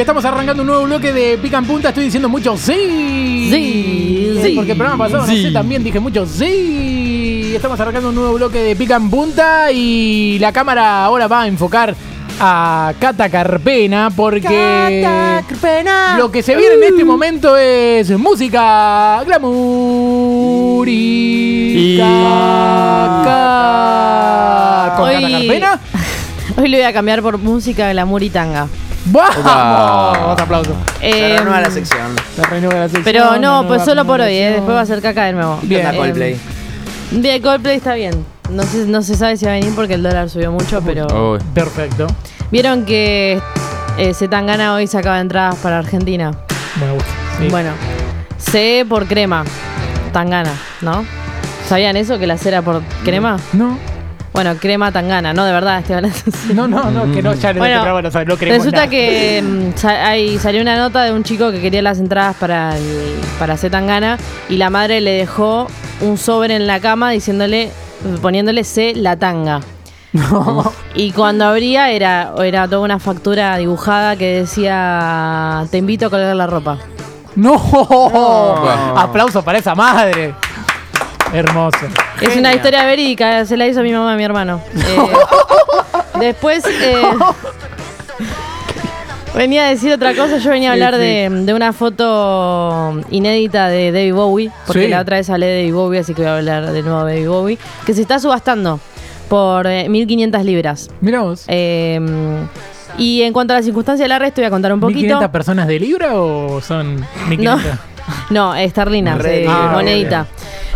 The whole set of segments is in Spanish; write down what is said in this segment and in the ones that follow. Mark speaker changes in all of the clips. Speaker 1: estamos arrancando un nuevo bloque de Pica en Punta. Estoy diciendo mucho sí.
Speaker 2: Sí, sí.
Speaker 1: Porque el programa pasado,
Speaker 2: Sí.
Speaker 1: no sé, también dije mucho sí. Estamos arrancando un nuevo bloque de Pica en Punta y la cámara ahora va a enfocar a Cata Carpena porque lo que se viene en
Speaker 2: Uh.
Speaker 1: este momento es música glamour y,
Speaker 2: Y-
Speaker 1: caca. con Cata
Speaker 2: Hoy-
Speaker 1: Carpena.
Speaker 2: Hoy lo voy a cambiar por música glamour y tanga.
Speaker 1: ¡Vamos! Aplausos.
Speaker 2: Eh,
Speaker 3: Se renueva la sección.
Speaker 1: Se renueva la sección,
Speaker 2: Pero no,
Speaker 1: renueva
Speaker 2: pues solo por hoy, eh.
Speaker 1: nominación.
Speaker 2: después va a ser caca de nuevo.
Speaker 1: Bien.
Speaker 3: ¿Qué onda
Speaker 2: Eh,
Speaker 3: Coldplay?
Speaker 2: Un día de Coldplay está bien. No se, no se sabe si va a venir porque el dólar subió mucho, pero.
Speaker 1: Oh.
Speaker 4: Uy.
Speaker 1: Perfecto.
Speaker 2: Vieron que eh, Zetangana hoy sacaba entradas para Argentina.
Speaker 1: Bueno, gusta. Sí.
Speaker 2: Bueno, C por crema. Tangana, ¿no? ¿Sabían eso? ¿Que la C era por crema?
Speaker 1: No,
Speaker 2: Bueno, crema tangana, no, de verdad, Esteban.
Speaker 1: no, no, no, que no, ya no
Speaker 2: Bueno,
Speaker 1: te traba, no, sabe, no queremos
Speaker 2: Resulta
Speaker 1: nada.
Speaker 2: que mm, sa- ahí salió una nota de un chico que quería las entradas para el, para Zetangana y la madre le dejó un sobre en la cama diciéndole poniéndole C la tanga. Y cuando abría era era toda una factura dibujada que decía te invito a colgar la ropa.
Speaker 1: ¡No! Aplauso para esa madre. Hermoso.
Speaker 2: Es una historia verídica, se la hizo mi mamá a mi hermano. Eh, después eh, venía a decir otra cosa, yo venía a hablar De, de una foto inédita de David Bowie, porque
Speaker 1: Sí.
Speaker 2: la otra vez hablé de David Bowie, así que voy a hablar de nuevo de David Bowie, que se está subastando por eh, 1.500 libras.
Speaker 1: Mira vos.
Speaker 2: Eh, y en cuanto a las circunstancias del arresto, voy a contar un poquito.
Speaker 1: ¿1.500 personas de Libra o son 1.500?
Speaker 2: No, no, esterlina,
Speaker 3: Re
Speaker 2: sí,
Speaker 3: libre.
Speaker 1: Ah,
Speaker 2: monedita.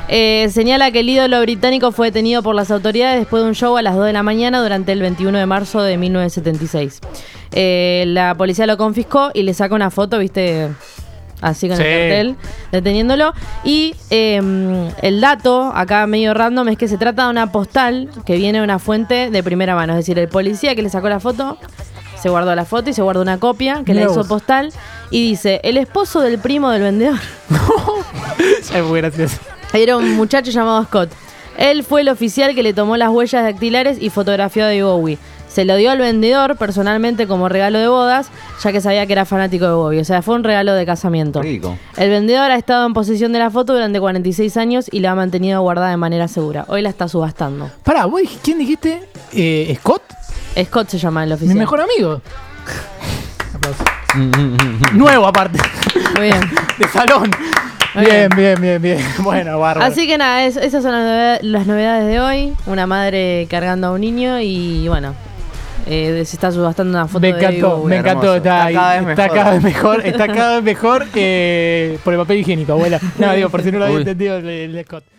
Speaker 2: Eh, señala que el ídolo británico fue detenido por las autoridades después de un show a las 2 de la mañana durante el 21 de marzo de 1976. Eh, la policía lo confiscó y le saca una foto, viste, así con
Speaker 1: Sí.
Speaker 2: el cartel, deteniéndolo. Y eh, el dato, acá medio random, es que se trata de una postal que viene de una fuente de primera mano. Es decir, el policía que le sacó la foto se guardó la foto y se guardó una copia que
Speaker 1: Mirá
Speaker 2: la hizo
Speaker 1: vos.
Speaker 2: postal y dice, el esposo del primo del vendedor
Speaker 1: Ya es muy gracioso.
Speaker 2: era un muchacho llamado Scott. Él fue el oficial que le tomó las huellas dactilares y fotografió de Bowie. Se lo dio al vendedor personalmente como regalo de bodas, ya que sabía que era fanático de Bowie. O sea, fue un regalo de casamiento.
Speaker 3: Rico.
Speaker 2: El vendedor ha estado en posesión de la foto durante 46 años y la ha mantenido guardada de manera segura. Hoy la está subastando.
Speaker 1: Pará, ¿vos dij- quién dijiste? Eh, ¿Scott?
Speaker 2: Scott se llama el
Speaker 1: Mi
Speaker 2: oficial.
Speaker 1: mejor amigo. Aplausos. Nuevo aparte.
Speaker 2: Muy bien.
Speaker 1: De salón.
Speaker 2: Muy
Speaker 1: Bien, bien, bien, bien. Bueno, bárbaro.
Speaker 2: Así que nada, es- esas son las novedades, las novedades de hoy. Una madre cargando a un niño y bueno, eh, se está subastando una foto
Speaker 1: me
Speaker 2: de
Speaker 1: encantó,
Speaker 2: Bowie.
Speaker 1: me encantó.
Speaker 3: hermoso.
Speaker 1: Está,
Speaker 3: Está
Speaker 1: ahí,
Speaker 3: cada vez
Speaker 1: está
Speaker 3: mejor.
Speaker 1: cada vez mejor. Está cada vez mejor eh, por el papel higiénico, abuela. No, digo, por si no lo había
Speaker 4: Uy.
Speaker 1: entendido el, el Scott.